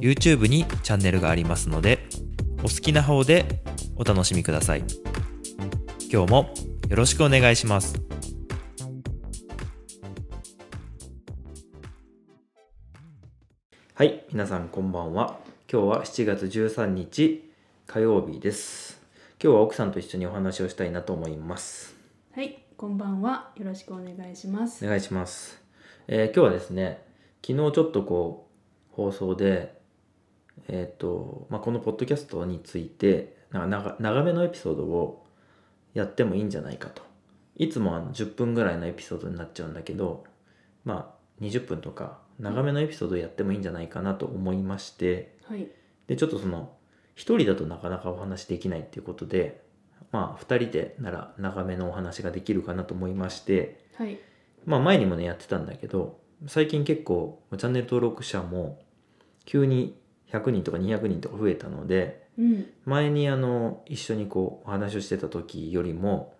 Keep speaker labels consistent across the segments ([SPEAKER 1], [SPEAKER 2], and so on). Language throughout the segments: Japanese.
[SPEAKER 1] YouTube にチャンネルがありますのでお好きな方でお楽しみください今日もよろしくお願いしますはい皆さんこんばんは今日は7月13日火曜日です今日は奥さんと一緒にお話をしたいなと思います
[SPEAKER 2] はい、こんばんは。よろしくお願いします。
[SPEAKER 1] お願いします、えー今日はですね昨日ちょっとこう放送でえっ、と、まあ、このポッドキャストについてなんか長長めのエピソードをやってもいいんじゃないかといつもあの10分ぐらいのエピソードになっちゃうんだけどまあ20分とか長めのエピソードをやってもいいんじゃないかなと思いまして
[SPEAKER 2] はい、
[SPEAKER 1] でちょっとその一人だとなかなかお話できないっていうことでまあ2人でなら長めのお話ができるかなと思いまして
[SPEAKER 2] はい、
[SPEAKER 1] まあ前にもねやってたんだけど最近結構チャンネル登録者も急に100人とか200人とか増えたので
[SPEAKER 2] うん、
[SPEAKER 1] 前にあの一緒にこうお話をしてた時よりも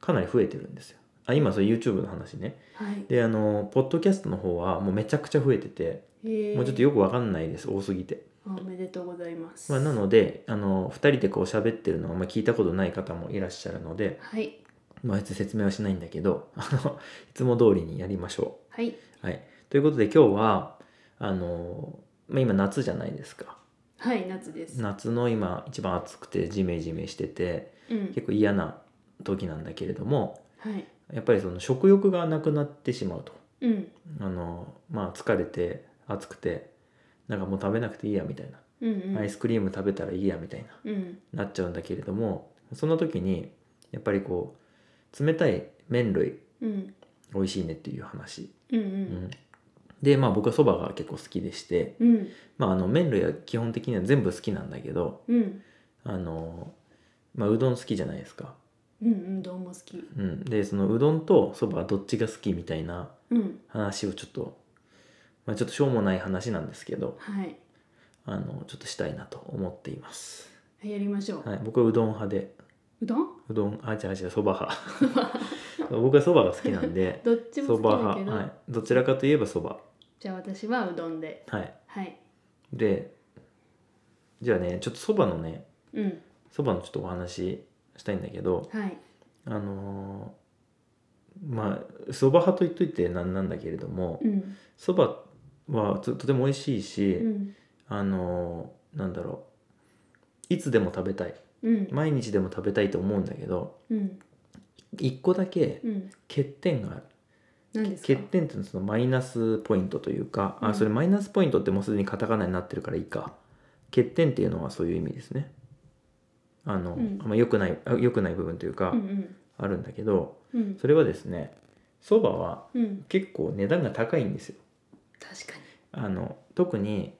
[SPEAKER 1] かなり増えてるんですよ。あ今それ YouTube の話ね。
[SPEAKER 2] はい。
[SPEAKER 1] であのポッドキャストの方はもうめちゃくちゃ増えてて
[SPEAKER 2] え
[SPEAKER 1] もうちょっとよくわかんないです多すぎて。
[SPEAKER 2] あおめでとうございます。
[SPEAKER 1] まあ、なのであの2人でこう喋ってるのはあんま聞いたことない方もいらっしゃるので、
[SPEAKER 2] はい、
[SPEAKER 1] まあ、別に説明はしないんだけどあのいつも通りにやりましょう。
[SPEAKER 2] はい、
[SPEAKER 1] はい、ということで今日はあの、まあ、今夏じゃないですか
[SPEAKER 2] はい、夏です。
[SPEAKER 1] 夏の今一番暑くてジメジメしてて
[SPEAKER 2] うん、
[SPEAKER 1] 結構嫌な時なんだけれども
[SPEAKER 2] はい、
[SPEAKER 1] やっぱりその食欲がなくなってしまうと
[SPEAKER 2] うん、
[SPEAKER 1] あの、まあ、疲れて暑くてなんかもう食べなくていいやみたいな、
[SPEAKER 2] うん、うん、
[SPEAKER 1] アイスクリーム食べたらいいやみたいな
[SPEAKER 2] うん、
[SPEAKER 1] なっちゃうんだけれどもそんな時にやっぱりこう冷たい麺類
[SPEAKER 2] うん、
[SPEAKER 1] 美味しいねっていう話、
[SPEAKER 2] うん、う、
[SPEAKER 1] うんん、でまあ僕はそばが結構好きでして
[SPEAKER 2] うん、
[SPEAKER 1] まあ、あの麺類は基本的には全部好きなんだけど
[SPEAKER 2] うん、
[SPEAKER 1] あの、まあ、うどん好きじゃないですか、
[SPEAKER 2] うん、うん、どうも好き。
[SPEAKER 1] うん、でそのうどんとそばどっちが好きみたいな
[SPEAKER 2] うん、
[SPEAKER 1] 話をちょっと、まあ、ちょっとしょうもない話なんですけど
[SPEAKER 2] はい、
[SPEAKER 1] あのちょっとしたいなと思っています、
[SPEAKER 2] はい、やりましょう。
[SPEAKER 1] はい、僕はうどん派で
[SPEAKER 2] うどん？
[SPEAKER 1] うどんあ違う違うそば 派僕はそばが好きなんで
[SPEAKER 2] どっちも
[SPEAKER 1] そ
[SPEAKER 2] 好
[SPEAKER 1] ば
[SPEAKER 2] きだけ
[SPEAKER 1] 派、
[SPEAKER 2] ど、
[SPEAKER 1] はい、どちらかといえばそば
[SPEAKER 2] じゃあ私はうどんで。
[SPEAKER 1] はい
[SPEAKER 2] はい、
[SPEAKER 1] でじゃあねちょっとそばのね
[SPEAKER 2] うん、
[SPEAKER 1] そばのちょっとお話したいんだけど
[SPEAKER 2] はい、
[SPEAKER 1] あのーまあそば派と言っといてなんなんだけれども
[SPEAKER 2] うん、
[SPEAKER 1] そばはととても美味しいし、
[SPEAKER 2] うん、
[SPEAKER 1] あのーなんだろういつでも食べたい
[SPEAKER 2] うん、
[SPEAKER 1] 毎日でも食べたいと思うんだけど
[SPEAKER 2] うん、
[SPEAKER 1] 一個だけ
[SPEAKER 2] うん、
[SPEAKER 1] 欠点がある
[SPEAKER 2] 何です
[SPEAKER 1] 欠
[SPEAKER 2] か？
[SPEAKER 1] 点っていうのはそのマイナスポイントというか、
[SPEAKER 2] う
[SPEAKER 1] あ
[SPEAKER 2] ん
[SPEAKER 1] それマイナスポイントってもうすでにカタカナになってるからいいか欠点っていうのはそういう意味ですねあの、
[SPEAKER 2] うん
[SPEAKER 1] あんま良くないあ良くない部分というか、
[SPEAKER 2] うん、
[SPEAKER 1] あるんだけど
[SPEAKER 2] うん、うん、
[SPEAKER 1] それはですねそばは
[SPEAKER 2] うん、
[SPEAKER 1] 結構値段が高いんですよ
[SPEAKER 2] 確か
[SPEAKER 1] あの特に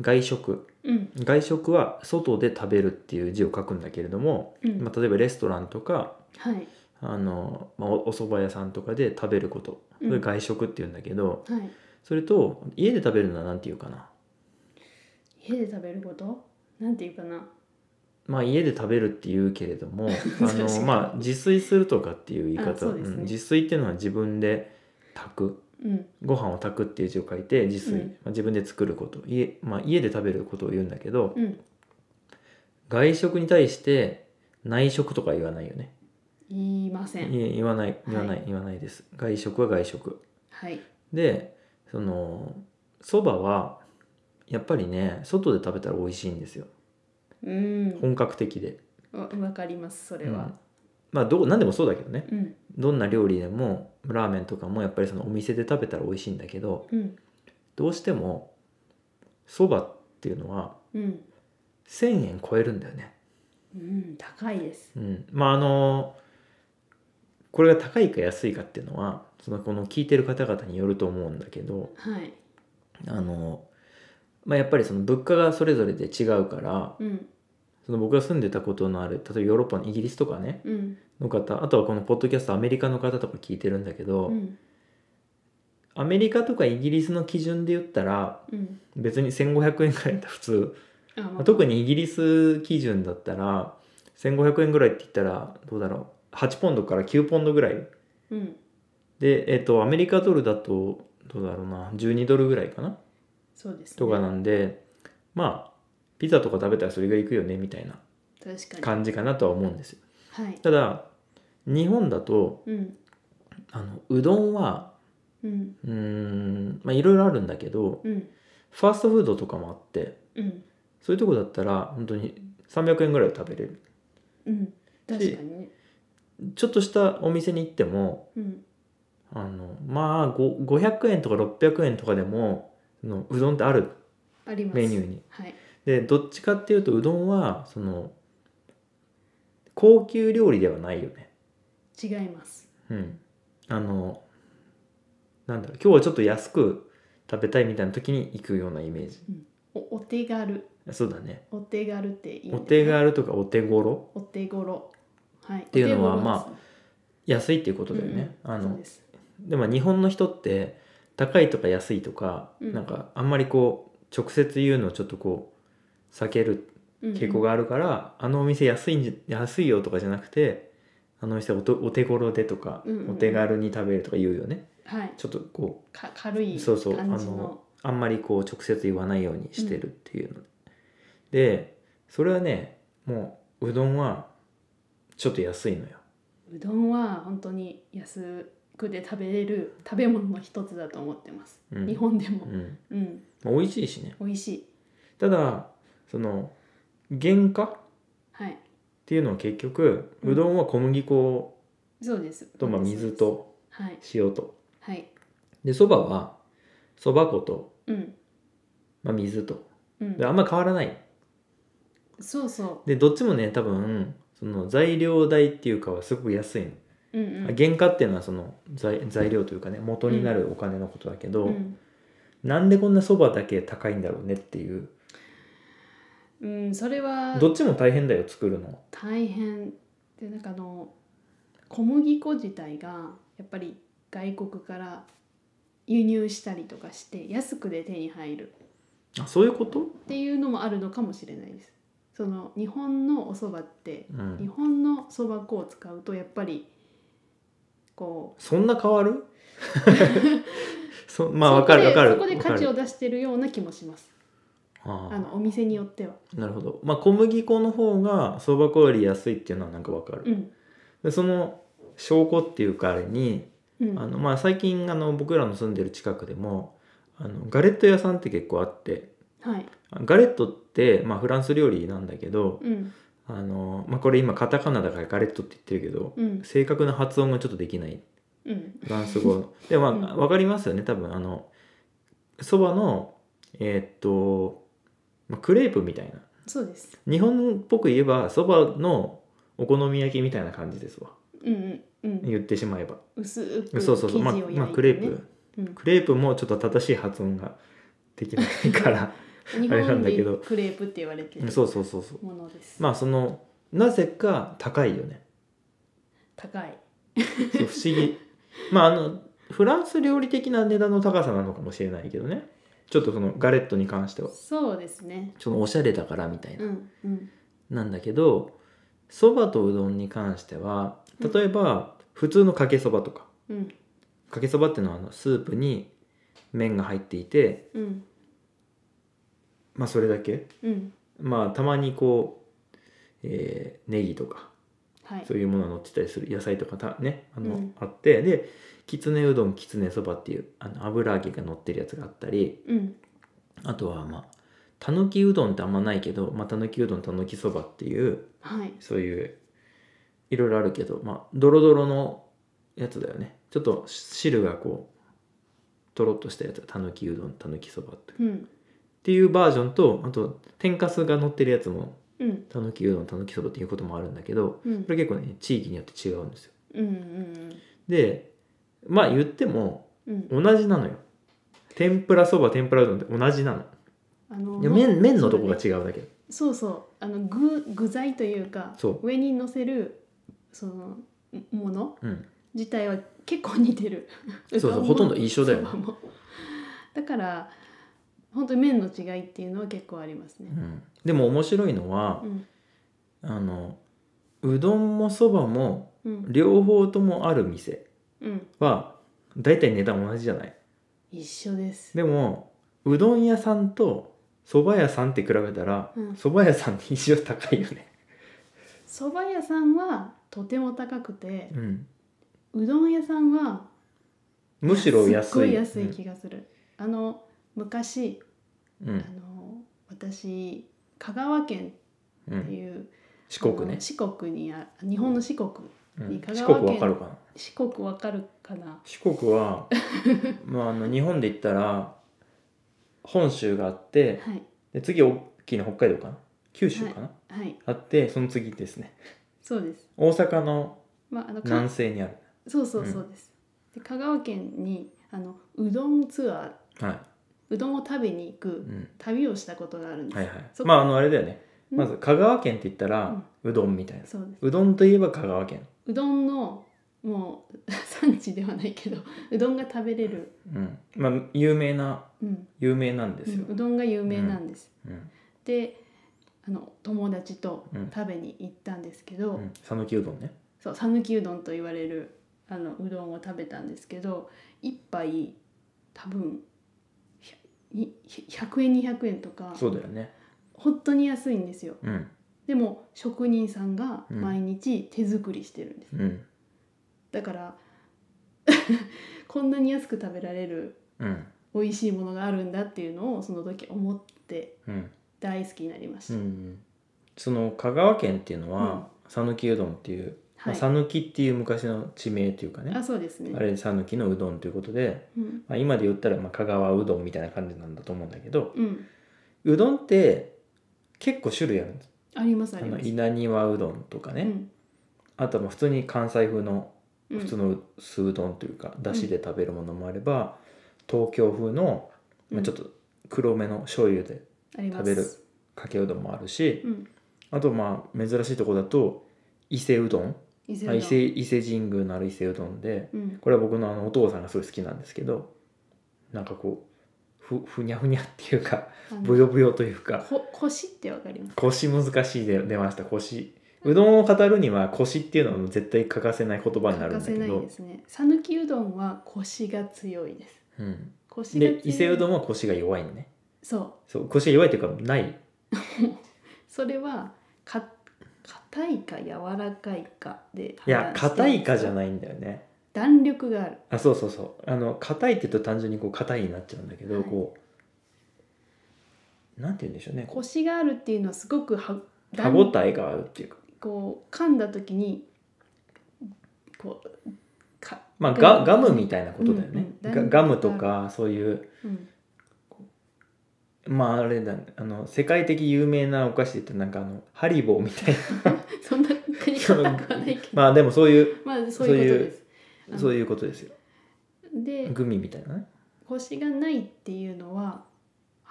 [SPEAKER 1] 外食
[SPEAKER 2] に。うん、
[SPEAKER 1] 外食は外で食べるっていう字を書くんだけれども、
[SPEAKER 2] うん、
[SPEAKER 1] まあ、例えばレストランとか
[SPEAKER 2] はい。
[SPEAKER 1] あの、まあ、おお蕎麦屋さんとかで食べることそれ
[SPEAKER 2] うん
[SPEAKER 1] 外食っていうんだけど、
[SPEAKER 2] はい。
[SPEAKER 1] それと家で食べるのは何て言うかな
[SPEAKER 2] 家で食べることなんていうかな。
[SPEAKER 1] まあ家で食べるっていうけれどもあ
[SPEAKER 2] 確か
[SPEAKER 1] の
[SPEAKER 2] に
[SPEAKER 1] まあ自炊するとかっていう言い
[SPEAKER 2] あ
[SPEAKER 1] 方、
[SPEAKER 2] そうですね
[SPEAKER 1] うん自炊っていうのは自分で炊く
[SPEAKER 2] うん。
[SPEAKER 1] ご飯を炊くっていう字を書いて自炊、
[SPEAKER 2] うん
[SPEAKER 1] まあ自分で作ること家,、まあ、家で食べることを言うんだけど、
[SPEAKER 2] うん。
[SPEAKER 1] 外食に対して内食とか言わないよね
[SPEAKER 2] 言いません。
[SPEAKER 1] い言わない言わない、
[SPEAKER 2] は
[SPEAKER 1] 言わないです外食は外食
[SPEAKER 2] はい。
[SPEAKER 1] でそのそばはやっぱりね外で食べたら美味しいんですよ
[SPEAKER 2] うん。
[SPEAKER 1] 本格的で、
[SPEAKER 2] わわかります、それ
[SPEAKER 1] うん
[SPEAKER 2] は。
[SPEAKER 1] まあどう何でもそうだけどね
[SPEAKER 2] うん。
[SPEAKER 1] どんな料理でもラーメンとかもやっぱりそのお店で食べたら美味しいんだけど
[SPEAKER 2] うん。
[SPEAKER 1] どうしてもそばっていうのは
[SPEAKER 2] うん。
[SPEAKER 1] 1,000円超えるんだよね
[SPEAKER 2] うん。高いです。
[SPEAKER 1] うん、まああのこれが高いか安いかっていうのはそのこの聞いてる方々によると思うんだけど
[SPEAKER 2] はい。
[SPEAKER 1] あのまあ、やっぱりその物価がそれぞれで違うから
[SPEAKER 2] うん
[SPEAKER 1] その僕が住んでたことのある例えばヨーロッパのイギリスとかね
[SPEAKER 2] うん
[SPEAKER 1] の方あとはこのポッドキャストアメリカの方とか聞いてるんだけど、
[SPEAKER 2] うん
[SPEAKER 1] アメリカとかイギリスの基準で言ったら
[SPEAKER 2] うん
[SPEAKER 1] 別に1500円くらいだったら普通、
[SPEAKER 2] あま
[SPEAKER 1] まあ特にイギリス基準だったら1500円ぐらいって言ったらどうだろう8ポンドから9ポンドぐらい
[SPEAKER 2] うん
[SPEAKER 1] で、えっとアメリカドルだとどうだろうな12ドルぐらいかな
[SPEAKER 2] そうですね
[SPEAKER 1] とかなんでまあピザとか食べたらそれがいくよねみたいな
[SPEAKER 2] 確かに
[SPEAKER 1] 感じかなとは思うんですよ
[SPEAKER 2] はい
[SPEAKER 1] ただ日本だと
[SPEAKER 2] うん
[SPEAKER 1] あのうどんは
[SPEAKER 2] うん
[SPEAKER 1] うーんまあいろいろあるんだけど
[SPEAKER 2] うん
[SPEAKER 1] ファーストフードとかもあって
[SPEAKER 2] うん
[SPEAKER 1] そういうとこだったら本当に300円ぐらいで食べれる
[SPEAKER 2] うん確かにね
[SPEAKER 1] ちょっとしたお店に行っても
[SPEAKER 2] うん
[SPEAKER 1] あのまあご500円とか600円とかでもそのうどんってある
[SPEAKER 2] あります
[SPEAKER 1] メニュー
[SPEAKER 2] に
[SPEAKER 1] に
[SPEAKER 2] はい
[SPEAKER 1] でどっちかっていうとうどんはその高級料理ではないよね
[SPEAKER 2] 違います
[SPEAKER 1] うんあのなんだろう今日はちょっと安く食べたいみたいな時に行くようなイメージ
[SPEAKER 2] おお手軽
[SPEAKER 1] そうだね
[SPEAKER 2] お手軽っていいん
[SPEAKER 1] お
[SPEAKER 2] だよね
[SPEAKER 1] 手軽とかお手頃
[SPEAKER 2] お手頃はいって
[SPEAKER 1] いうのはま安いっていうことだよね、あ
[SPEAKER 2] そう
[SPEAKER 1] の
[SPEAKER 2] です
[SPEAKER 1] でも日本の人って高いとか安いとか、
[SPEAKER 2] うん
[SPEAKER 1] なんかあんまりこう直接言うのをちょっとこう避ける傾向があるから、あのお店安いんじ安いよとかじゃなくてあのお店おとお手頃でとか、
[SPEAKER 2] うんうんうん
[SPEAKER 1] お手軽に食べるとか言うよね
[SPEAKER 2] うんうんはい
[SPEAKER 1] ちょっとこう
[SPEAKER 2] か軽い
[SPEAKER 1] そうそう
[SPEAKER 2] 感じ
[SPEAKER 1] あ
[SPEAKER 2] の
[SPEAKER 1] のあんまりこう直接言わないようにしてるっていうの、でそれはねもううどんはちょっと安いのよ
[SPEAKER 2] うどんは本当に安くで食べれる食べ物の一つだと思ってます、
[SPEAKER 1] うん
[SPEAKER 2] 日本でも
[SPEAKER 1] うん、
[SPEAKER 2] うん、
[SPEAKER 1] まあ美味しいしね
[SPEAKER 2] 美味しい
[SPEAKER 1] ただその原価っ
[SPEAKER 2] はい
[SPEAKER 1] ていうのは結局
[SPEAKER 2] うん
[SPEAKER 1] うどんは小麦粉
[SPEAKER 2] そうです
[SPEAKER 1] と、まあ、水と
[SPEAKER 2] はい
[SPEAKER 1] 塩と
[SPEAKER 2] はい
[SPEAKER 1] でそばはそば粉と、
[SPEAKER 2] うん
[SPEAKER 1] まあ、水と
[SPEAKER 2] う
[SPEAKER 1] であ
[SPEAKER 2] ん
[SPEAKER 1] んま変わらない
[SPEAKER 2] そうそ
[SPEAKER 1] でどっちもね多分その材料代っていうかはすごく安いの、
[SPEAKER 2] ううんうん
[SPEAKER 1] 原価っていうのはその材材料というかね元になるお金のことだけど、
[SPEAKER 2] うん
[SPEAKER 1] なんでこんなそばだけ高いんだろうねっていう
[SPEAKER 2] うん、それは
[SPEAKER 1] どっちも大変だよ作るの
[SPEAKER 2] 大変でなんかあの小麦粉自体がやっぱり外国から輸入したりとかして安くで手に入る
[SPEAKER 1] あそういうこと、
[SPEAKER 2] っていうのもあるのかもしれないです。その日本のお蕎麦って
[SPEAKER 1] う
[SPEAKER 2] 日
[SPEAKER 1] ん、
[SPEAKER 2] 本のそば粉を使うとやっぱりこ
[SPEAKER 1] そんな変わる そ
[SPEAKER 2] う
[SPEAKER 1] まあ
[SPEAKER 2] そこ
[SPEAKER 1] わかる
[SPEAKER 2] で
[SPEAKER 1] わかる
[SPEAKER 2] そこで価値
[SPEAKER 1] わ
[SPEAKER 2] を出してるような気もします
[SPEAKER 1] かる
[SPEAKER 2] あのお店によっては
[SPEAKER 1] あなるほどまあ小麦粉の方がそば粉より安いっていうのはなんかわかる、
[SPEAKER 2] うん
[SPEAKER 1] でその証拠っていうかあれに
[SPEAKER 2] うん
[SPEAKER 1] あのまあ、最近あの僕らの住んでる近くでもあのガレット屋さんって結構あって
[SPEAKER 2] はい
[SPEAKER 1] ガレットって、まあ、フランス料理なんだけど
[SPEAKER 2] うん
[SPEAKER 1] あの、まあ、これ今カタカナだからガレットって言ってるけど
[SPEAKER 2] うん
[SPEAKER 1] 正確な発音がちょっとできない
[SPEAKER 2] うん
[SPEAKER 1] フランス 語でも、まあ
[SPEAKER 2] う
[SPEAKER 1] 分かりますよね多分あのそばのえーっと、まあ、クレープみたいな
[SPEAKER 2] そうです
[SPEAKER 1] 日本っぽく言えばそばのお好み焼きみたいな感じですわ
[SPEAKER 2] うんうんうん
[SPEAKER 1] 言ってしまえば、
[SPEAKER 2] 薄く生地
[SPEAKER 1] そ
[SPEAKER 2] を
[SPEAKER 1] うそう
[SPEAKER 2] 焼い
[SPEAKER 1] そう、
[SPEAKER 2] て、ね、
[SPEAKER 1] まあ、まあクレープ
[SPEAKER 2] うん、
[SPEAKER 1] クレープもちょっと正しい発音ができないから
[SPEAKER 2] 日
[SPEAKER 1] あれなん
[SPEAKER 2] 本
[SPEAKER 1] だけ
[SPEAKER 2] で
[SPEAKER 1] ど
[SPEAKER 2] クレープって言われてる
[SPEAKER 1] そうそうそうそう
[SPEAKER 2] ものです、
[SPEAKER 1] まあそのなぜか高いよね
[SPEAKER 2] 高い
[SPEAKER 1] そう不思議まああのフランス料理的な値段の高さなのかもしれないけどねちょっとそのガレットに関しては
[SPEAKER 2] そうですね
[SPEAKER 1] ちょっとおしゃれだからみたいな、
[SPEAKER 2] うんうん
[SPEAKER 1] なんだけどそばとうどんに関しては例えば普通のかけそばとか
[SPEAKER 2] うん
[SPEAKER 1] かけそばっていうのはあのスープに麺が入っていて
[SPEAKER 2] うん
[SPEAKER 1] まあそれだけ
[SPEAKER 2] うん
[SPEAKER 1] まあたまにこう、えーネギとか
[SPEAKER 2] はい
[SPEAKER 1] そういうものが乗ってたりする野菜とかたねあの、
[SPEAKER 2] うん
[SPEAKER 1] あってできつねうどんきつねそばっていうあの油揚げが乗ってるやつがあったり
[SPEAKER 2] うん
[SPEAKER 1] あとはまあたぬきうどんってあんまないけど、まあ、たぬきうどんたぬきそばっていう
[SPEAKER 2] はい
[SPEAKER 1] そういういろいろあるけどまあドロドロのやつだよねちょっと汁がこうとろっとしたやつたぬきうどんたぬきそばってっ
[SPEAKER 2] うん
[SPEAKER 1] ていうバージョンとあと天かすが乗ってるやつも
[SPEAKER 2] うん
[SPEAKER 1] たぬきうどんたぬきそばっていうこともあるんだけど
[SPEAKER 2] うん
[SPEAKER 1] これ結構ね地域によって違うんですよ
[SPEAKER 2] うんうん
[SPEAKER 1] でまあ言っても
[SPEAKER 2] うんうん
[SPEAKER 1] 同じなのよ天ぷらそば天ぷらうどんって同じなの
[SPEAKER 2] あの
[SPEAKER 1] いや麺麺のとこが違うだけ
[SPEAKER 2] そうそうあの具具材というか
[SPEAKER 1] そ
[SPEAKER 2] 上に乗せるそのんもの
[SPEAKER 1] うん
[SPEAKER 2] 自体は結構似てる
[SPEAKER 1] そうそう
[SPEAKER 2] うども
[SPEAKER 1] ほとんど一緒だよね
[SPEAKER 2] そばもだから本当に麺の違いっていうのは結構あります
[SPEAKER 1] う
[SPEAKER 2] ね、
[SPEAKER 1] ん、でも面白いのは
[SPEAKER 2] う、ん
[SPEAKER 1] あのうどんもそばも
[SPEAKER 2] うん
[SPEAKER 1] 両方ともある店
[SPEAKER 2] うん、
[SPEAKER 1] は大体値段同じじゃない
[SPEAKER 2] 一緒です
[SPEAKER 1] でもうどん屋さんとそば屋さんって比べたら
[SPEAKER 2] うん
[SPEAKER 1] そば、屋さんって一応高いよね、
[SPEAKER 2] そば屋さんはとても高くて
[SPEAKER 1] うん、
[SPEAKER 2] うどん屋さんは
[SPEAKER 1] むしろ
[SPEAKER 2] すっご
[SPEAKER 1] 安い
[SPEAKER 2] い安い気がする、あの昔、
[SPEAKER 1] うんう
[SPEAKER 2] あ
[SPEAKER 1] ん
[SPEAKER 2] の私香川県
[SPEAKER 1] う
[SPEAKER 2] って
[SPEAKER 1] ん、
[SPEAKER 2] いう、
[SPEAKER 1] 四国ね、
[SPEAKER 2] 四国にあ日本の四国、
[SPEAKER 1] うん、
[SPEAKER 2] 香
[SPEAKER 1] 四
[SPEAKER 2] 川県
[SPEAKER 1] 国わかるかな
[SPEAKER 2] 四国わかるかな
[SPEAKER 1] 四国 はまああの日本で言ったら本州があって
[SPEAKER 2] はい
[SPEAKER 1] で次大きな北海道かな九州かな、
[SPEAKER 2] はい
[SPEAKER 1] あってその次ですね
[SPEAKER 2] そうです
[SPEAKER 1] 大阪の
[SPEAKER 2] まああのか
[SPEAKER 1] 南西にある
[SPEAKER 2] そうそう
[SPEAKER 1] うん
[SPEAKER 2] そうです、で香川県にあのうどんツアー
[SPEAKER 1] は
[SPEAKER 2] うどんを食べに行
[SPEAKER 1] い、う
[SPEAKER 2] く
[SPEAKER 1] ん、
[SPEAKER 2] 旅をしたことがあるんです、
[SPEAKER 1] はいはい
[SPEAKER 2] そ
[SPEAKER 1] まああのあれだよね
[SPEAKER 2] うん
[SPEAKER 1] まず香川県って言ったら、うどんみたいな
[SPEAKER 2] そうです
[SPEAKER 1] うどんといえば香川県
[SPEAKER 2] うどんのもう 産地ではないけどうどんが食べれる、
[SPEAKER 1] うんまあ有名な
[SPEAKER 2] うん
[SPEAKER 1] 有名なんです
[SPEAKER 2] う
[SPEAKER 1] よ
[SPEAKER 2] ん、うどんが有名なんです、
[SPEAKER 1] うん
[SPEAKER 2] であの友達と
[SPEAKER 1] うん
[SPEAKER 2] 食べに行ったんですけど、
[SPEAKER 1] うん讃岐うどんね
[SPEAKER 2] そう讃岐うどんと言われるあのうどんを食べたんですけど一杯多分ひゃにひ100円200円とか
[SPEAKER 1] そうだよね
[SPEAKER 2] 本当に安いんですよ
[SPEAKER 1] うん
[SPEAKER 2] でも職人さんが
[SPEAKER 1] うん
[SPEAKER 2] 毎日手作りしてるんです、
[SPEAKER 1] うん
[SPEAKER 2] だから こんなに安く食べられる
[SPEAKER 1] うん
[SPEAKER 2] 美味しいものがあるんだっていうのをその時思って
[SPEAKER 1] うん
[SPEAKER 2] 大好きになりまし
[SPEAKER 1] う
[SPEAKER 2] た、
[SPEAKER 1] んその香川県っていうのは讃岐、うどんっていうまあ
[SPEAKER 2] はい、
[SPEAKER 1] 讃岐、っていう昔の地名というかね
[SPEAKER 2] あそうですね
[SPEAKER 1] あれで讃岐のうどんということで、
[SPEAKER 2] うん、
[SPEAKER 1] まあ、今で言ったらまあ香川うどんみたいな感じなんだと思うんだけど
[SPEAKER 2] うん、
[SPEAKER 1] うどんって結構種類あるんです
[SPEAKER 2] ありますあ
[SPEAKER 1] あ
[SPEAKER 2] り
[SPEAKER 1] の
[SPEAKER 2] ます
[SPEAKER 1] 稲庭うどんとかね、
[SPEAKER 2] うん
[SPEAKER 1] あとはまあ普通に関西風の
[SPEAKER 2] うん
[SPEAKER 1] 普通の酢うどんというか、だしで食べるものもあれば東京風の、まあ、ちょっと黒めの醤油で
[SPEAKER 2] あります
[SPEAKER 1] 食べるかけうどんもあるし、
[SPEAKER 2] うん
[SPEAKER 1] あとまあ珍しいとこだと伊勢うどん
[SPEAKER 2] 伊勢う
[SPEAKER 1] あ
[SPEAKER 2] どん
[SPEAKER 1] 伊勢伊勢神宮のある伊勢うどんで
[SPEAKER 2] うん、
[SPEAKER 1] これは僕のあのお父さんがすごい好きなんですけどなんかこうふふにゃふにゃっていうか
[SPEAKER 2] あの
[SPEAKER 1] ぶよぶよというか
[SPEAKER 2] こ腰ってわかります
[SPEAKER 1] 腰難しいで出ました腰うどんを語るには腰っていうのはもう絶対欠かせない言葉になる
[SPEAKER 2] 欠
[SPEAKER 1] ん
[SPEAKER 2] か
[SPEAKER 1] だけ
[SPEAKER 2] せない
[SPEAKER 1] ど
[SPEAKER 2] ですね讃岐うどんは腰が強いです
[SPEAKER 1] うん、
[SPEAKER 2] 腰が強
[SPEAKER 1] で
[SPEAKER 2] い
[SPEAKER 1] 伊勢うど
[SPEAKER 2] ん
[SPEAKER 1] んは腰が弱いのね
[SPEAKER 2] そう
[SPEAKER 1] そう腰が弱いっていうかない
[SPEAKER 2] それはか硬いか柔らかいかで
[SPEAKER 1] いや硬いかじゃ
[SPEAKER 2] い
[SPEAKER 1] ないんだよね
[SPEAKER 2] 弾力がある
[SPEAKER 1] あそうそうそうあの硬いって言うと単純にこう硬いになっちゃうんだけど、
[SPEAKER 2] はい
[SPEAKER 1] こうなんて言うんでしょうねこう
[SPEAKER 2] コシがあるっていうのはすごくは
[SPEAKER 1] 歯
[SPEAKER 2] 弾
[SPEAKER 1] 応えがあるっていうか
[SPEAKER 2] こう噛んだ時にこうか
[SPEAKER 1] まあ
[SPEAKER 2] ガ
[SPEAKER 1] ガ
[SPEAKER 2] ム
[SPEAKER 1] ガムみたいなことだよね、
[SPEAKER 2] うんうん
[SPEAKER 1] ガガムとかそういう
[SPEAKER 2] うん
[SPEAKER 1] まああれだ、ね、あの世界的有名なお菓子って言ったらなんかあのハリボーみたい
[SPEAKER 2] そんな国硬くはないけど
[SPEAKER 1] なまあでもそういう
[SPEAKER 2] まあそういうことですあの
[SPEAKER 1] そういうことですよ
[SPEAKER 2] で
[SPEAKER 1] グミみたいなね
[SPEAKER 2] コシがないっていうのは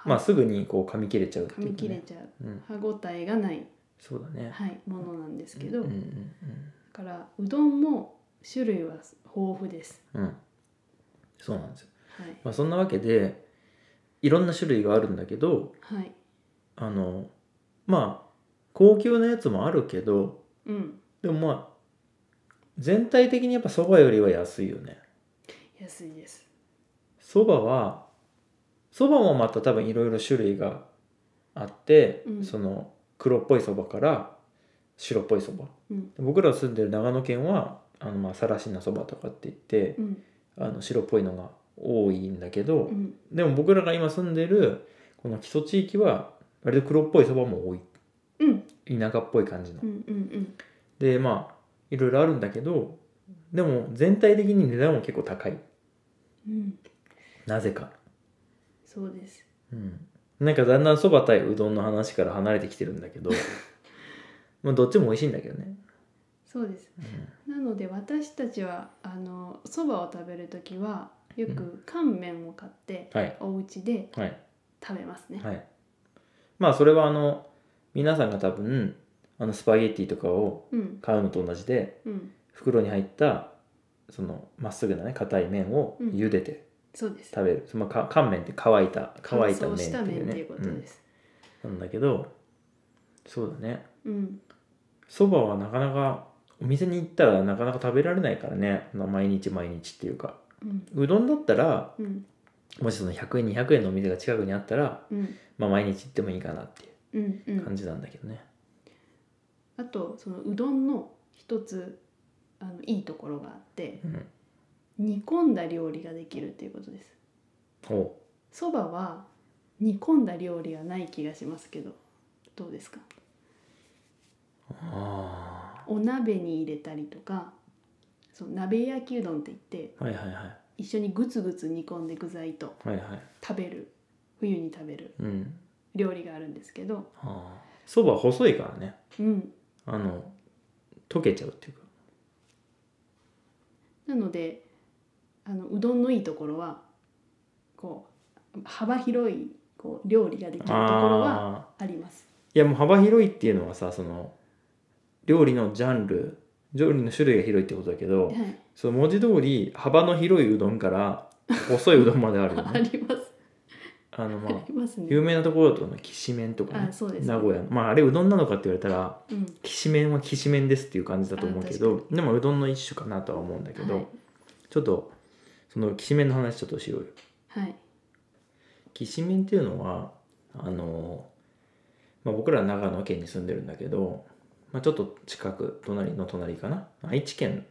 [SPEAKER 1] まあすぐにこう噛み切れちゃうっていう
[SPEAKER 2] 噛
[SPEAKER 1] か、ね、
[SPEAKER 2] み切れちゃう
[SPEAKER 1] うん
[SPEAKER 2] 歯ごたえがない、
[SPEAKER 1] そうだね
[SPEAKER 2] はい、ものなんですけど、
[SPEAKER 1] うんう
[SPEAKER 2] だ
[SPEAKER 1] ん
[SPEAKER 2] からうどんも種類は豊富です、
[SPEAKER 1] うんうんそうなんですよ、
[SPEAKER 2] はい
[SPEAKER 1] まあ、そんなわけでいろんな種類があるんだけど
[SPEAKER 2] はい
[SPEAKER 1] あのまあ高級なやつもあるけど
[SPEAKER 2] うん、
[SPEAKER 1] でもまあ全体的にやっぱそばよりは安いよね
[SPEAKER 2] 安いです
[SPEAKER 1] そばはそばもまた多分いろいろ種類があって、
[SPEAKER 2] うん
[SPEAKER 1] その黒っぽいそばから白っぽいそば
[SPEAKER 2] うん
[SPEAKER 1] 僕ら住んでる長野県はあのまあさらしなそばとかって言って
[SPEAKER 2] う、ん
[SPEAKER 1] あの白っぽいのが多いんだけど、
[SPEAKER 2] うん
[SPEAKER 1] でも僕らが今住んでるこの基礎地域は割と黒っぽいそばも多い
[SPEAKER 2] うん
[SPEAKER 1] 田舎っぽい感じの
[SPEAKER 2] うんうん
[SPEAKER 1] でまあいろいろあるんだけどでも全体的に値段も結構高い
[SPEAKER 2] うんうん
[SPEAKER 1] なぜか、
[SPEAKER 2] そうです
[SPEAKER 1] うん、なんかだんだんそば対うどんの話から離れてきてるんだ けどまあどっちも美味しいんだけどね、
[SPEAKER 2] そうです
[SPEAKER 1] うん
[SPEAKER 2] なので私たちはあのそばを食べる時はよく乾麺を買って
[SPEAKER 1] はい
[SPEAKER 2] お家で
[SPEAKER 1] はい
[SPEAKER 2] 食べますね、
[SPEAKER 1] はいまあそれはあの皆さんが多分あのスパゲッティとかを
[SPEAKER 2] うん
[SPEAKER 1] 買うのと同じで
[SPEAKER 2] うん
[SPEAKER 1] 袋に入ったそのまっすぐなね硬い麺を
[SPEAKER 2] うん
[SPEAKER 1] 茹でて
[SPEAKER 2] そうです
[SPEAKER 1] 食べる、まあ、か乾麺って乾いた乾いた麺
[SPEAKER 2] 乾
[SPEAKER 1] っ
[SPEAKER 2] 燥
[SPEAKER 1] て
[SPEAKER 2] した
[SPEAKER 1] い
[SPEAKER 2] 麺
[SPEAKER 1] う
[SPEAKER 2] っ
[SPEAKER 1] ね
[SPEAKER 2] ていうことです
[SPEAKER 1] うん、なんだけどそうだね
[SPEAKER 2] うん
[SPEAKER 1] そばはなかなかお店に行ったらなかなか食べられないからねまあ毎日毎日っていうか
[SPEAKER 2] うん
[SPEAKER 1] うどんだったら
[SPEAKER 2] うん
[SPEAKER 1] もしその100円200円のお店が近くにあったら、
[SPEAKER 2] うん
[SPEAKER 1] まあ、毎日行ってもいいかなってい
[SPEAKER 2] うん
[SPEAKER 1] う
[SPEAKER 2] う
[SPEAKER 1] 感
[SPEAKER 2] ん
[SPEAKER 1] じなんだけどね、
[SPEAKER 2] あとそのうどんの一つあのいいところがあって
[SPEAKER 1] うん、
[SPEAKER 2] 煮込んだ料理ができるっていうことです
[SPEAKER 1] おう
[SPEAKER 2] そばは煮込んだ料理はない気がしますけどどうですか
[SPEAKER 1] あ
[SPEAKER 2] お鍋に入れたりとかそう鍋焼きうどんって言って
[SPEAKER 1] あはいはいはい
[SPEAKER 2] 一緒にグツグツ煮込んで具材と
[SPEAKER 1] はいはい
[SPEAKER 2] 食べる冬に食べる
[SPEAKER 1] うん
[SPEAKER 2] 料理があるんですけど
[SPEAKER 1] ああそば細いからね
[SPEAKER 2] うん
[SPEAKER 1] あの溶けちゃうっていうか
[SPEAKER 2] なのであのうどんのいいところはこう幅広いこう料理ができるところは
[SPEAKER 1] ああ
[SPEAKER 2] あります。
[SPEAKER 1] いやもう幅広いっていうのはさその料理のジャンル料理の種類が広いってことだけど
[SPEAKER 2] はい、
[SPEAKER 1] その文字通り幅の広いうどんから細いうどんまであるよ
[SPEAKER 2] あ
[SPEAKER 1] ね
[SPEAKER 2] ります
[SPEAKER 1] あのまあ
[SPEAKER 2] ありますね。
[SPEAKER 1] 有名なところだとねきしめんとかね
[SPEAKER 2] あそうですね
[SPEAKER 1] 名古屋のまああれうどんなのかって言われたら
[SPEAKER 2] うん、
[SPEAKER 1] きしめんはきしめんですっていう感じだと思うけ
[SPEAKER 2] あ
[SPEAKER 1] どでもうどんの一種かなとは思うんだけど、
[SPEAKER 2] はい
[SPEAKER 1] ちょっとそのきしめんの話ちょっとしようよ
[SPEAKER 2] はい
[SPEAKER 1] きしめんっていうのはあの、まあ、僕らは長野県に住んでるんだけど、まあ、ちょっと近く隣の隣かな愛知県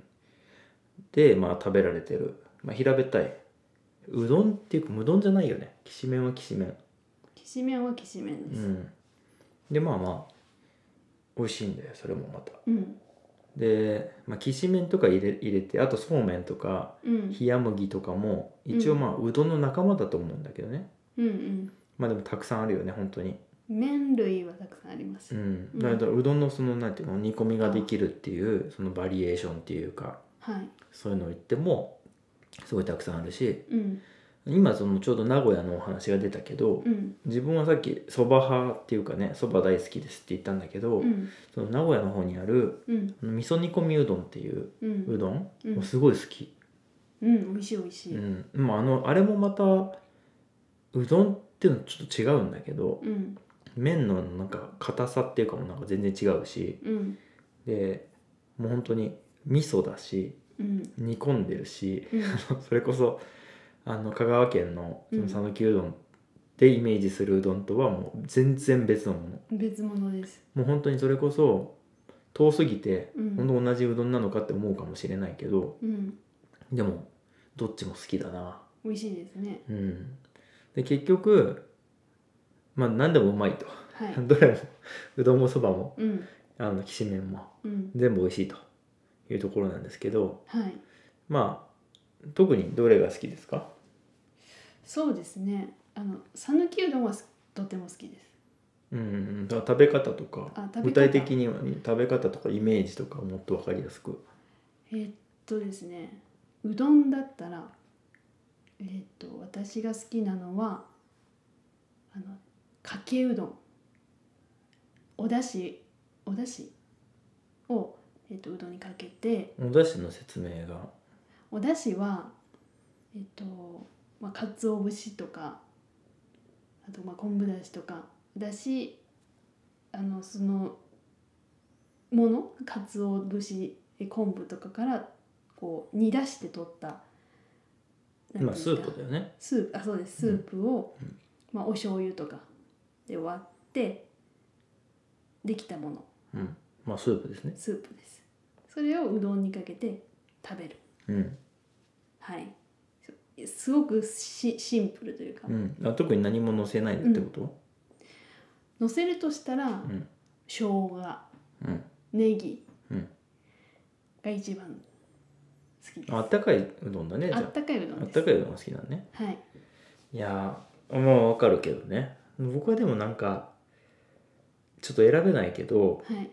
[SPEAKER 1] で、まあ、食べられてる、まあ、平べったいうどんっていうかうどんじゃないよねきしめんはきしめん
[SPEAKER 2] きしめんはきしめん
[SPEAKER 1] う
[SPEAKER 2] です。
[SPEAKER 1] んでまあまあ美味しいんだよそれもまた
[SPEAKER 2] うん、
[SPEAKER 1] で、まあ、きしめんとか入れ入れてあとそうめんとか
[SPEAKER 2] うん、
[SPEAKER 1] 冷麦とかも一応まあうどんの仲間だと思うんだけどね、
[SPEAKER 2] うん、うん、
[SPEAKER 1] まあでもたくさんあるよね本当に
[SPEAKER 2] 麺類はたくさんありま
[SPEAKER 1] う
[SPEAKER 2] す。
[SPEAKER 1] ん、だからうどんのそのなんていうの煮込みができるっていうそのバリエーションっていうか
[SPEAKER 2] はい、
[SPEAKER 1] そういうのを言ってもすごいたくさんあるし
[SPEAKER 2] うん、
[SPEAKER 1] 今そのちょうど名古屋のお話が出たけど
[SPEAKER 2] うん、
[SPEAKER 1] 自分はさっきそば派っていうかねそば大好きですって言ったんだけど、
[SPEAKER 2] うん、
[SPEAKER 1] その名古屋の方にある
[SPEAKER 2] うん、
[SPEAKER 1] あの味噌煮込みうどんっていう
[SPEAKER 2] うん、うん、
[SPEAKER 1] うどん
[SPEAKER 2] うん
[SPEAKER 1] もすごい好き、
[SPEAKER 2] うん、美味しい美味し
[SPEAKER 1] う
[SPEAKER 2] い。
[SPEAKER 1] んまあ、あのあれもまたうどんっていうのはちょっと違うんだけど
[SPEAKER 2] うん、
[SPEAKER 1] 麺のなんか硬さっていうかもなんか全然違うし
[SPEAKER 2] うん、
[SPEAKER 1] でもう本当に味噌だし
[SPEAKER 2] うん、
[SPEAKER 1] 煮込んでるし
[SPEAKER 2] うん、
[SPEAKER 1] それこそあの香川県のそ
[SPEAKER 2] うん
[SPEAKER 1] の讃岐うどんでイメージするうどんとはもう全然別のもの
[SPEAKER 2] 別物です。
[SPEAKER 1] もう本当にそれこそ遠すぎて
[SPEAKER 2] うん
[SPEAKER 1] 本当同じうどんなのかって思うかもしれないけど
[SPEAKER 2] うん、
[SPEAKER 1] でもどっちも好きだな
[SPEAKER 2] 美味しいですね。
[SPEAKER 1] うんで結局まあ何でもうまいと
[SPEAKER 2] はい。
[SPEAKER 1] どれもうどんもそばも
[SPEAKER 2] うん、
[SPEAKER 1] あのきしめんも
[SPEAKER 2] うん、
[SPEAKER 1] 全部美味しいというところなんですけど
[SPEAKER 2] はい。
[SPEAKER 1] まあ特にどれが好きですか
[SPEAKER 2] そうですね。あの、讃岐うどんはすとても好きです。
[SPEAKER 1] うんうんだから食べ方とか
[SPEAKER 2] あ食べ方
[SPEAKER 1] 具体的にはね食べ方とかイメージとかもっと分かりやすく
[SPEAKER 2] えーっとですね。うどんだったら。えーっと、私が好きなのは。あの、かけうどん。おだし、おだし。を、えーっと、うどんにかけて。
[SPEAKER 1] おだしの説明が
[SPEAKER 2] お出汁はえっとまあ鰹節とかあとまあ昆布だしとかだしあのそのもの鰹節え昆布とかからこう煮出して取った
[SPEAKER 1] まあスー
[SPEAKER 2] プ
[SPEAKER 1] プだよね
[SPEAKER 2] スープあそうですス
[SPEAKER 1] うん
[SPEAKER 2] ープを、
[SPEAKER 1] うん
[SPEAKER 2] まあお醤油とかで割ってできたもの
[SPEAKER 1] うんまあスープですね
[SPEAKER 2] スープですそれをうどんにかけて食べる
[SPEAKER 1] うん、
[SPEAKER 2] はい。すごくしシンプルというか、
[SPEAKER 1] うん、あ特に何も乗せないってこと
[SPEAKER 2] 乗せるとしたら、
[SPEAKER 1] うん
[SPEAKER 2] 生姜、
[SPEAKER 1] うん、
[SPEAKER 2] ネギ
[SPEAKER 1] うん
[SPEAKER 2] が一番好きです。
[SPEAKER 1] あったかいうどんだねじ
[SPEAKER 2] あ
[SPEAKER 1] ゃ
[SPEAKER 2] ったかいうど
[SPEAKER 1] あ
[SPEAKER 2] ん
[SPEAKER 1] あ
[SPEAKER 2] で
[SPEAKER 1] っ
[SPEAKER 2] す。
[SPEAKER 1] たかいうどんが好きなのね
[SPEAKER 2] はい。
[SPEAKER 1] いやーまあ分かるけどね僕はでもなんかちょっと選べないけど
[SPEAKER 2] はい。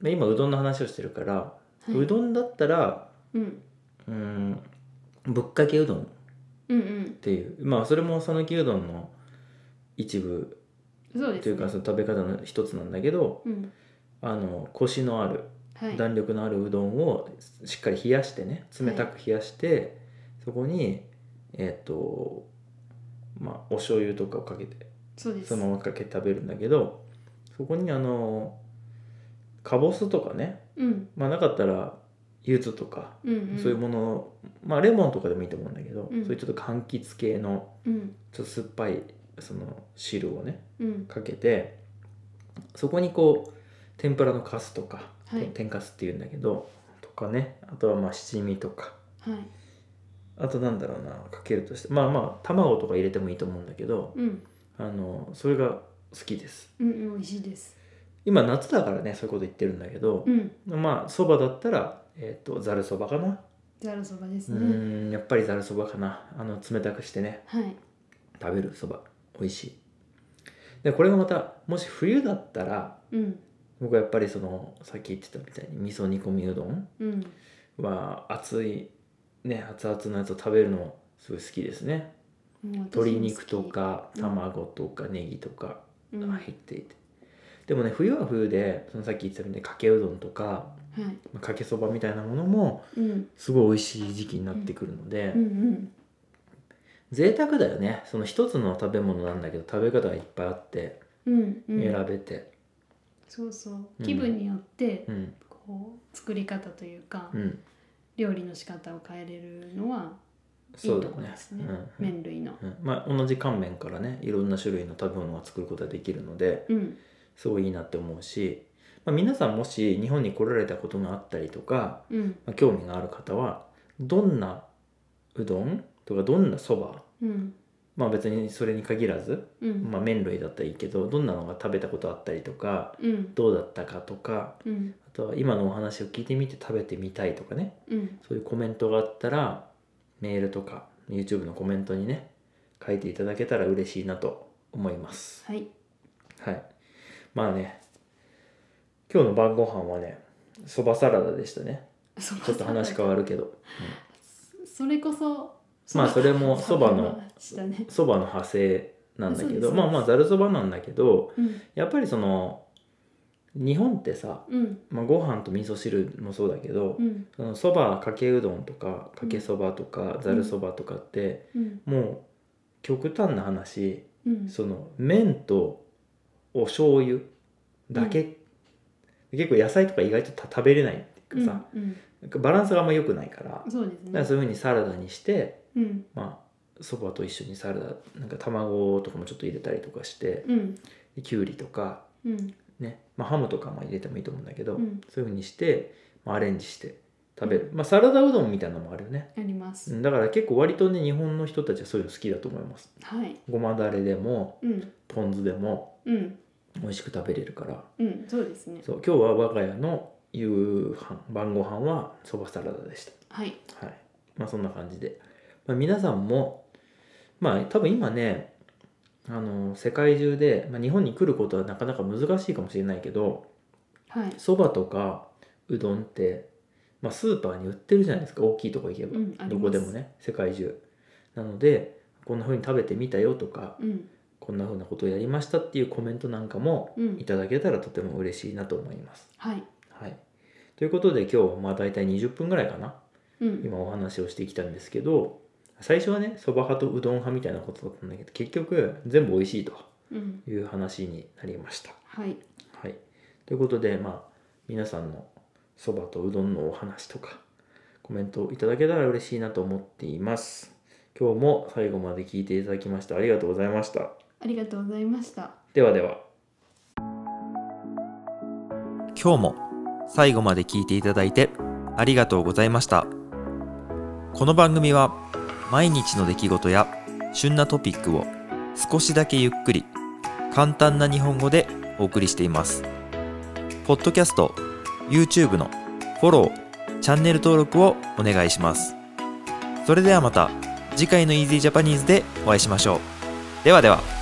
[SPEAKER 1] まあ今うどんの話をしてるから
[SPEAKER 2] はいう
[SPEAKER 1] どんだったら
[SPEAKER 2] うん。
[SPEAKER 1] うーんぶっかけうどんっ
[SPEAKER 2] うんうん。
[SPEAKER 1] ていうまあそれも讃岐うどんの一部
[SPEAKER 2] そうですね
[SPEAKER 1] というかその食べ方の一つなんだけど
[SPEAKER 2] うん
[SPEAKER 1] あのコシのある
[SPEAKER 2] はい
[SPEAKER 1] 弾力のあるうどんをしっかり冷やしてね冷たく冷やして、そこにえっ、とまあお醤油とかをかけて
[SPEAKER 2] そうです
[SPEAKER 1] そのままかけて食べるんだけどそこにあのかぼすとかね
[SPEAKER 2] うん
[SPEAKER 1] まあなかったら柚子とか、
[SPEAKER 2] うんうん
[SPEAKER 1] そういうものまあレモンとかでもいいと思うんだけど、
[SPEAKER 2] うん
[SPEAKER 1] そういうちょっと柑橘系の
[SPEAKER 2] うん
[SPEAKER 1] ちょっと酸っぱいその汁をね
[SPEAKER 2] うん
[SPEAKER 1] かけてそこにこう天ぷらのカスとか、
[SPEAKER 2] はい
[SPEAKER 1] 天かすっていうんだけどとかねあとはまあ七味とか
[SPEAKER 2] はい
[SPEAKER 1] あとなんだろうなかけるとしてまあまあ卵とか入れてもいいと思うんだけど
[SPEAKER 2] うん
[SPEAKER 1] あのそれが好きです
[SPEAKER 2] うんうん美味しいです
[SPEAKER 1] 今夏だからねそういうこと言ってるんだけど
[SPEAKER 2] う、ん
[SPEAKER 1] まあそばだったらえっ、とざるそばかな
[SPEAKER 2] ざるそばです
[SPEAKER 1] う
[SPEAKER 2] ね
[SPEAKER 1] んやっぱりざるそばかなあの冷たくしてね
[SPEAKER 2] はい
[SPEAKER 1] 食べるそば美味しいでこれがまたもし冬だったら
[SPEAKER 2] うん
[SPEAKER 1] 僕はやっぱりそのさっき言ってたみたいに味噌煮込みうどん
[SPEAKER 2] うん
[SPEAKER 1] は熱いね熱々のやつを食べるのすごい好きですね
[SPEAKER 2] もう私も好き
[SPEAKER 1] 鶏肉とか
[SPEAKER 2] うん
[SPEAKER 1] 卵とかネギとか
[SPEAKER 2] うんは
[SPEAKER 1] 入
[SPEAKER 2] い
[SPEAKER 1] っていて、でもね冬は冬でそのさっき言ってたみたいにかけうどんとかまあかけそばみたいなものも
[SPEAKER 2] うん
[SPEAKER 1] すごい美味しい時期になってくるので、
[SPEAKER 2] うんうん
[SPEAKER 1] 贅沢だよねその一つの食べ物なんだけど食べ方がいっぱいあって
[SPEAKER 2] うんうん
[SPEAKER 1] 選べて
[SPEAKER 2] そうそう
[SPEAKER 1] うん
[SPEAKER 2] 気分によって
[SPEAKER 1] うん
[SPEAKER 2] こう作り方というか
[SPEAKER 1] うん、
[SPEAKER 2] 料理の仕方を変えれるのは
[SPEAKER 1] そうだ
[SPEAKER 2] いいとこ
[SPEAKER 1] ね
[SPEAKER 2] ですね
[SPEAKER 1] うん
[SPEAKER 2] 麺類の
[SPEAKER 1] うんまあ、同じ乾麺からねいろんな種類の食べ物を作ることができるので
[SPEAKER 2] うん
[SPEAKER 1] すごいいいなって思うし、まあ、皆さんもし日本に来られたことがあったりとか、
[SPEAKER 2] うん
[SPEAKER 1] まあ、興味がある方はどんなうどんとかどんなそば
[SPEAKER 2] うん
[SPEAKER 1] まあ別にそれに限らず、
[SPEAKER 2] うん
[SPEAKER 1] まあ、麺類だったらいいけどどんなのが食べたことあったりとか
[SPEAKER 2] うん
[SPEAKER 1] どうだったかとか
[SPEAKER 2] うん
[SPEAKER 1] あとは今のお話を聞いてみて食べてみたいとかね
[SPEAKER 2] うん
[SPEAKER 1] そういうコメントがあったらメールとか YouTube のコメントにね書いていただけたら嬉しいなと思います
[SPEAKER 2] はい
[SPEAKER 1] はいまあね今日の晩ご飯はねそばサラダでしたね
[SPEAKER 2] ち
[SPEAKER 1] ちょっと話変わるけど
[SPEAKER 2] それこそ
[SPEAKER 1] まあそれもそばの
[SPEAKER 2] したね
[SPEAKER 1] そばの派生なんだけ
[SPEAKER 2] そうです
[SPEAKER 1] どまあまあざるそばなんだけど
[SPEAKER 2] うん
[SPEAKER 1] やっぱりその日本ってさ、
[SPEAKER 2] うん
[SPEAKER 1] まあ、ご飯と味噌汁もそうだけど
[SPEAKER 2] うん
[SPEAKER 1] そのそばかけうどんとかかけそばとかざるそばとかって、
[SPEAKER 2] うん
[SPEAKER 1] もう極端な話
[SPEAKER 2] うん
[SPEAKER 1] その麺とお醤油だけ、結構野菜とか意外とた食べれないっていうかさ、
[SPEAKER 2] うん
[SPEAKER 1] なんかバランスがあんま良くないから,、だ
[SPEAKER 2] うん
[SPEAKER 1] か
[SPEAKER 2] そうですね
[SPEAKER 1] らそういうふうにサラダにして
[SPEAKER 2] うん
[SPEAKER 1] まあそばと一緒にサラダなんか卵とかもちょっと入れたりとかして
[SPEAKER 2] うん
[SPEAKER 1] できゅうりとか、
[SPEAKER 2] うん
[SPEAKER 1] ねまあ、ハムとかも入れてもいいと思うんだけど、
[SPEAKER 2] うん
[SPEAKER 1] そういうふうにして、まあ、アレンジして食べる、まあ、サラダうどんみたいなのもあるよね
[SPEAKER 2] あります
[SPEAKER 1] うんだから結構割とね日本の人たちはそういうの好きだと思います
[SPEAKER 2] はい
[SPEAKER 1] ごまだれでも
[SPEAKER 2] うん
[SPEAKER 1] ポン酢でも
[SPEAKER 2] うん
[SPEAKER 1] 美味しく食べれるから
[SPEAKER 2] うんそうですね
[SPEAKER 1] そう今日は我が家の夕飯晩ご飯はそばサラダでし
[SPEAKER 2] はい
[SPEAKER 1] たはいまあそんな感じで、まあ、皆さんもまあ多分今ねあの世界中で、まあ、日本に来ることはなかなか難しいかもしれないけど
[SPEAKER 2] はい
[SPEAKER 1] そばとかうどんって、まあ、スーパーに売ってるじゃないですか大きいとこ行けば、
[SPEAKER 2] うんあります
[SPEAKER 1] どこでもね世界中なのでこんな風に食べてみたよとか
[SPEAKER 2] うん
[SPEAKER 1] こんな風なことをやりましたっていうコメントなんかも
[SPEAKER 2] う
[SPEAKER 1] い
[SPEAKER 2] ん
[SPEAKER 1] ただけたらとても嬉しいなと思います。
[SPEAKER 2] はい
[SPEAKER 1] はい、ということで今日はまあ大体20分ぐらいかな
[SPEAKER 2] うん
[SPEAKER 1] 今お話をしてきたんですけど最初はねそば派とうどん派みたいなことだったんだけど結局全部美味しいと
[SPEAKER 2] うん
[SPEAKER 1] いう話になりました。
[SPEAKER 2] はい
[SPEAKER 1] はい、ということでまあ皆さんのそばとうどんのお話とかコメントをいただけたら嬉しいなと思っています。今日も最後まで聞いていただきましてありがとうございました。
[SPEAKER 2] ありがとうございました
[SPEAKER 1] ではでは。
[SPEAKER 3] 今日も最後まで聞いていただいてありがとうございましたこの番組は毎日の出来事や旬なトピックを少しだけゆっくり簡単な日本語でお送りしていますポッドキャスト YouTube のフォローチャンネル登録をお願いしますそれではまた次回の Easy Japanese でお会いしましょうではでは